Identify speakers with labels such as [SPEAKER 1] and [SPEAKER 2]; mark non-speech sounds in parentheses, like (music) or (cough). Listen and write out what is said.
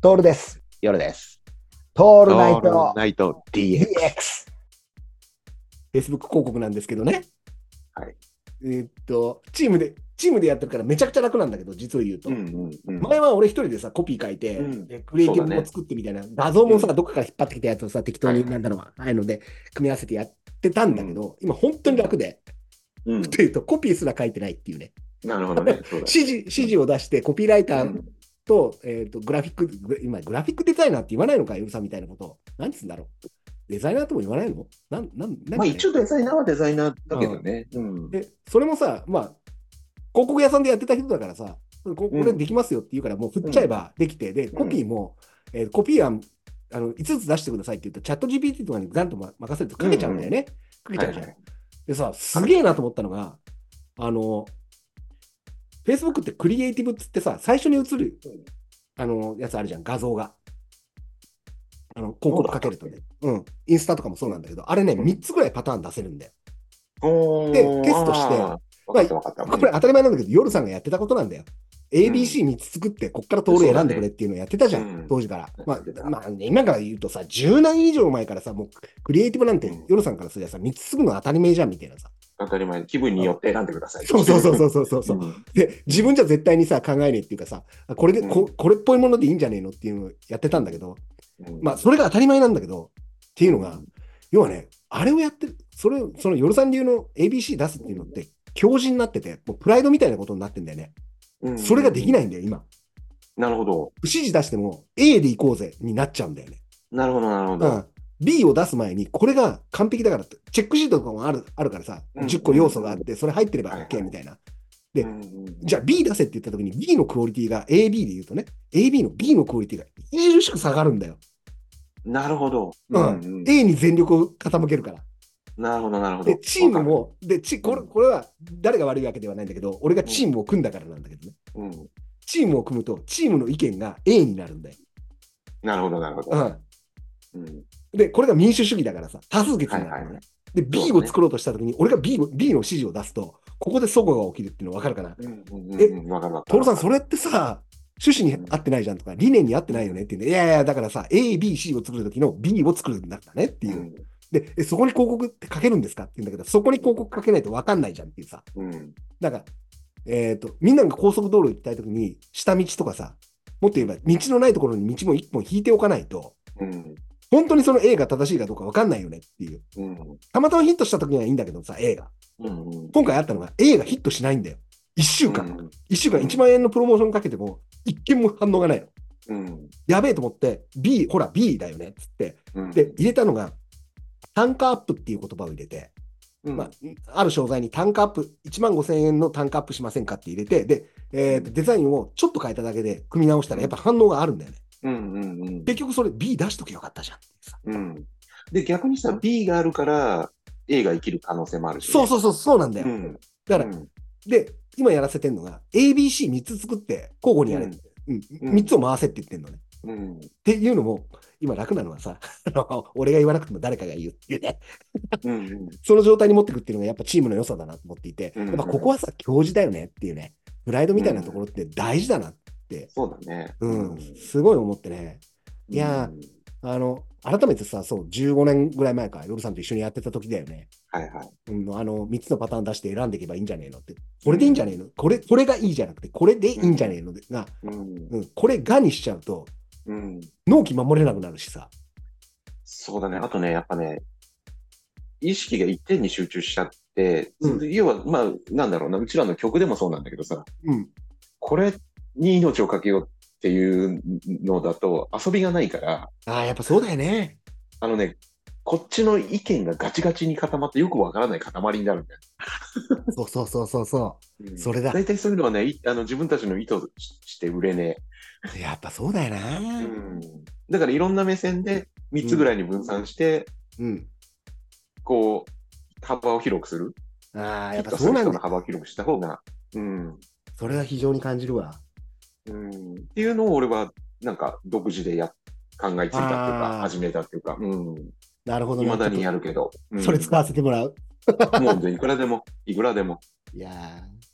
[SPEAKER 1] トールです。
[SPEAKER 2] 夜です。
[SPEAKER 1] ト
[SPEAKER 2] オ
[SPEAKER 1] ールナイト
[SPEAKER 2] ナイト DX。
[SPEAKER 1] DX。
[SPEAKER 3] Facebook 広告なんですけどね。
[SPEAKER 2] はい。
[SPEAKER 3] えーっと、チームで、チームでやってるからめちゃくちゃ楽なんだけど、実を言うと。
[SPEAKER 2] うんうんうん。
[SPEAKER 3] 前は俺一人でさ、コピー書いて、
[SPEAKER 2] うん
[SPEAKER 3] でクリエイティ
[SPEAKER 2] そう
[SPEAKER 3] ブ
[SPEAKER 2] だね
[SPEAKER 3] も作ってみたいな、画像もさ、
[SPEAKER 2] うん
[SPEAKER 3] どっかから引っ張ってきたやつをさ、適当
[SPEAKER 2] は
[SPEAKER 3] に
[SPEAKER 2] い
[SPEAKER 3] なんだろう、ああいうので、組み合わせてやってたんだけど、今本当に楽で、
[SPEAKER 2] うん
[SPEAKER 3] というと、コピーすら書いてないっていうね。
[SPEAKER 2] なるほどね。そう
[SPEAKER 3] 指
[SPEAKER 2] だ
[SPEAKER 3] 示、指示を出して、コピーライタ
[SPEAKER 2] う
[SPEAKER 3] ー
[SPEAKER 2] ん
[SPEAKER 3] と、えーっと、グラフィック、グラ今、グラフィックデザイナーって言わないのか、ゆるさんみたいなことを。なんつうんだろう。デザイナーとも言わないのなん、なん、なんかね
[SPEAKER 2] まあ一応デザイナーはデザイナーだけどね。うん
[SPEAKER 3] で、それもさ、まあ、広告屋さんでやってた人だからさ、ここれできますよって言うから、もう振っちゃえばできて、で、コピーも、えーコピー案あの5つ出してくださいって言うと、チャット GPT とかにガンとま任せるとかけちゃうんだよね。かけちゃうじゃん。
[SPEAKER 2] はい
[SPEAKER 3] でさ、すげえなと思ったのが、あの、Facebook ってクリエイティブっつってさ、最初に映る、あの、やつあるじゃん、画像が。あの、広告かけるとね。うん。インスタとかもそうなんだけど、あれね、
[SPEAKER 2] うん
[SPEAKER 3] 3つぐらいパターン出せるんだよ。
[SPEAKER 2] おー
[SPEAKER 3] でテストして
[SPEAKER 2] あーわかったわかった。
[SPEAKER 3] (laughs) これ当たり前なんだけど、夜さんがやってたことなんだよ。ABC3 つ作って、こっから通り選んでくれっていうのをやってたじゃ
[SPEAKER 2] そうだねうん
[SPEAKER 3] ん、当時から。
[SPEAKER 2] や
[SPEAKER 3] ま
[SPEAKER 2] ってた
[SPEAKER 3] あ、まあね、今から言うとさ、10年以上前からさ、もうクリエイティブなんて
[SPEAKER 2] うん、
[SPEAKER 3] 夜さんからすりゃさ、3つ作るの当たり前じゃんみたいなさ。
[SPEAKER 2] 当たり前。気分によって選んでください。
[SPEAKER 3] そうそうそうそうそうそう。
[SPEAKER 2] うん
[SPEAKER 3] で、自分じゃ絶対にさ、考えねえっていうかさ、これで、
[SPEAKER 2] うん
[SPEAKER 3] ここれっぽいものでいいんじゃねえのっていうのをやってたんだけど、
[SPEAKER 2] うん
[SPEAKER 3] まあ、それが当たり前なんだけど、っていうの
[SPEAKER 2] う
[SPEAKER 3] が
[SPEAKER 2] ん、
[SPEAKER 3] 要はね、あれをやってる、それ、その夜さん流の ABC 出すっていうのって、強靭になってて、もうプライドみたいなことになってんだよね。
[SPEAKER 2] うん
[SPEAKER 3] それができないんだよ、今。
[SPEAKER 2] なるほど。
[SPEAKER 3] 指示出しても A で行こうぜになっちゃうんだよね。
[SPEAKER 2] なるほど、なるほ
[SPEAKER 3] う
[SPEAKER 2] ど。
[SPEAKER 3] ん、B を出す前にこれが完璧だからってチェックシートとかもあるあるからさ、
[SPEAKER 2] うん
[SPEAKER 3] 10個要素があってそれ入ってれば
[SPEAKER 2] はいはい
[SPEAKER 3] OK みたいな。で
[SPEAKER 2] うんうん
[SPEAKER 3] じゃあ B 出せって言った時に B のクオリティが AB で言うとね AB の B のクオリティが著しく下がるんだよ。
[SPEAKER 2] なるほど。
[SPEAKER 3] うん
[SPEAKER 2] うんうん
[SPEAKER 3] A に全力を傾けるから。
[SPEAKER 2] なるほど、なるほど。
[SPEAKER 3] でチーム
[SPEAKER 2] わ
[SPEAKER 3] もでチこれこれは誰が悪いわけではないんだけど俺がチームを組んだからなんだけどね。
[SPEAKER 2] かる。うん
[SPEAKER 3] チームを組むとチームの意見が A になるんだよ。
[SPEAKER 2] なるほど、なるほど。
[SPEAKER 3] うん、
[SPEAKER 2] うん
[SPEAKER 3] で、これが民主主義だからさ、多数決になるの
[SPEAKER 2] はい
[SPEAKER 3] ね。
[SPEAKER 2] はいは
[SPEAKER 3] で、
[SPEAKER 2] そう
[SPEAKER 3] B
[SPEAKER 2] だね
[SPEAKER 3] を作ろうとしたときに、俺が B, を B の指示を出すと、ここで齟齬が起きるっていうの分かるかな。
[SPEAKER 2] うんうんうん
[SPEAKER 3] え
[SPEAKER 2] うんわかるわかる。
[SPEAKER 3] 徹さん、それってさ、趣旨に合ってないじゃんとか、理念に合ってないよねっていうんで、いやいや、だからさ、A、B、C を作るときの B を作るんだったねっていう。で、えそこに広告って書けるんですかって言うんだけど、そこに広告書けないと分かんないじゃんっていうさ。
[SPEAKER 2] うん。うん
[SPEAKER 3] だから、えっ、と、みんなが高速道路行きたいときに、下道とかさ、もっと言えば、道のないところに道も一本引いておかないと、
[SPEAKER 2] うん
[SPEAKER 3] 本当にその A が正しいかどうか分かんないよねっていう。
[SPEAKER 2] うん
[SPEAKER 3] たまたまヒットした時にはいいんだけどさ、A が。
[SPEAKER 2] うんうん
[SPEAKER 3] 今回あったのが A がヒットしないんだよ。1週間。1週間1万円のプロモーションかけても、一件も反応がないの。
[SPEAKER 2] うん
[SPEAKER 3] やべえと思って、B、ほら B だよねっつって。
[SPEAKER 2] うん
[SPEAKER 3] で、入れたのが、単価アップっていう言葉を入れて、
[SPEAKER 2] うん
[SPEAKER 3] まあ、ある商材に単価アップ、1万5千円の単価アップしませんかって入れて、で、えーとデザインをちょっと変えただけで組み直したらやっぱ反応があるんだよね。
[SPEAKER 2] うんうんうん
[SPEAKER 3] 結局それ B 出しときゃよかったじゃんっていうさ。
[SPEAKER 2] うんで、逆にさ、B があるから、A が生きる可能性もあるしね。
[SPEAKER 3] そうそうそう、そうなんだよ。
[SPEAKER 2] うん。
[SPEAKER 3] だから
[SPEAKER 2] う、ん
[SPEAKER 3] で、今やらせてんのが、ABC3 つ作って、交互にやれ、うん
[SPEAKER 2] うん
[SPEAKER 3] 3つを回せって言ってんのね。っ
[SPEAKER 2] うん
[SPEAKER 3] ていうのも、今楽なのはさ、 (laughs) あの俺が言わなくても誰かが言うっていうね、
[SPEAKER 2] うん
[SPEAKER 3] その状態に持ってくっていうのがやっぱチームの良さだなと思っていて、
[SPEAKER 2] うん
[SPEAKER 3] やっぱここはさ、教授だよねっていうね、プライドみたいなところって大事だな、
[SPEAKER 2] そうだね。
[SPEAKER 3] うん、すごい思ってね、いやー
[SPEAKER 2] うん
[SPEAKER 3] あの、改めてさ、そう、15年ぐらい前か、夜さんと一緒にやってた時だよね、
[SPEAKER 2] はいはい。
[SPEAKER 3] うん、あの、3つのパターン出して選んでいけばいいんじゃねえのって、これでいいんじゃねえのこれ、これがいいじゃなくて、これでいいんじゃねえのが、
[SPEAKER 2] うん
[SPEAKER 3] うん、これがにしちゃうと、
[SPEAKER 2] うん
[SPEAKER 3] 納期守れなくなるしさ。
[SPEAKER 2] そうだね。あとね、やっぱね、意識が一点に集中しちゃって、
[SPEAKER 3] うん
[SPEAKER 2] 要は、まあ、なんだろうな、うちらの曲でもそうなんだけどさ、
[SPEAKER 3] うん。
[SPEAKER 2] これに命をかけようっていうのだと遊びがないから、
[SPEAKER 3] ああ、やっぱそうだよ (laughs) ね。
[SPEAKER 2] あのね、こっちの意見がガチガチに固まってよくわからない塊になるんだよ。
[SPEAKER 3] そうそうそうそうそそれだ
[SPEAKER 2] 大体そういうのはね、いあの自分たちの意図しして売れね
[SPEAKER 3] う。やっぱそうだよ
[SPEAKER 2] え、
[SPEAKER 3] な。
[SPEAKER 2] だからいろんな目線で3つぐらいに分散して、
[SPEAKER 3] うん。
[SPEAKER 2] こう、幅を広くする。
[SPEAKER 3] ああ、やっ
[SPEAKER 2] ヒット
[SPEAKER 3] ぱ
[SPEAKER 2] す
[SPEAKER 3] そ
[SPEAKER 2] る
[SPEAKER 3] うな
[SPEAKER 2] 人
[SPEAKER 3] ん
[SPEAKER 2] の
[SPEAKER 3] だ。
[SPEAKER 2] 幅を広くした方が、うん、
[SPEAKER 3] それは非常に感じるわ。
[SPEAKER 2] うんっていうのを俺はなんか独自でや考えついたっていうか
[SPEAKER 3] あー
[SPEAKER 2] 始めたっていうか、うん、
[SPEAKER 3] なるほど
[SPEAKER 2] いまだに
[SPEAKER 3] ちょ
[SPEAKER 2] や
[SPEAKER 3] っ
[SPEAKER 2] るけど、う
[SPEAKER 3] と
[SPEAKER 2] ん
[SPEAKER 3] それ使わせてもらう。
[SPEAKER 2] もういくらでもいくらでも、
[SPEAKER 3] いやー